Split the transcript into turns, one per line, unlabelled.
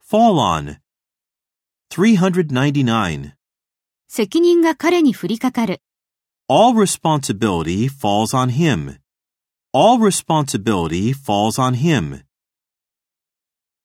Fall on. 399.
責任が彼に降りかかる。
All responsibility falls on him. All responsibility falls on him.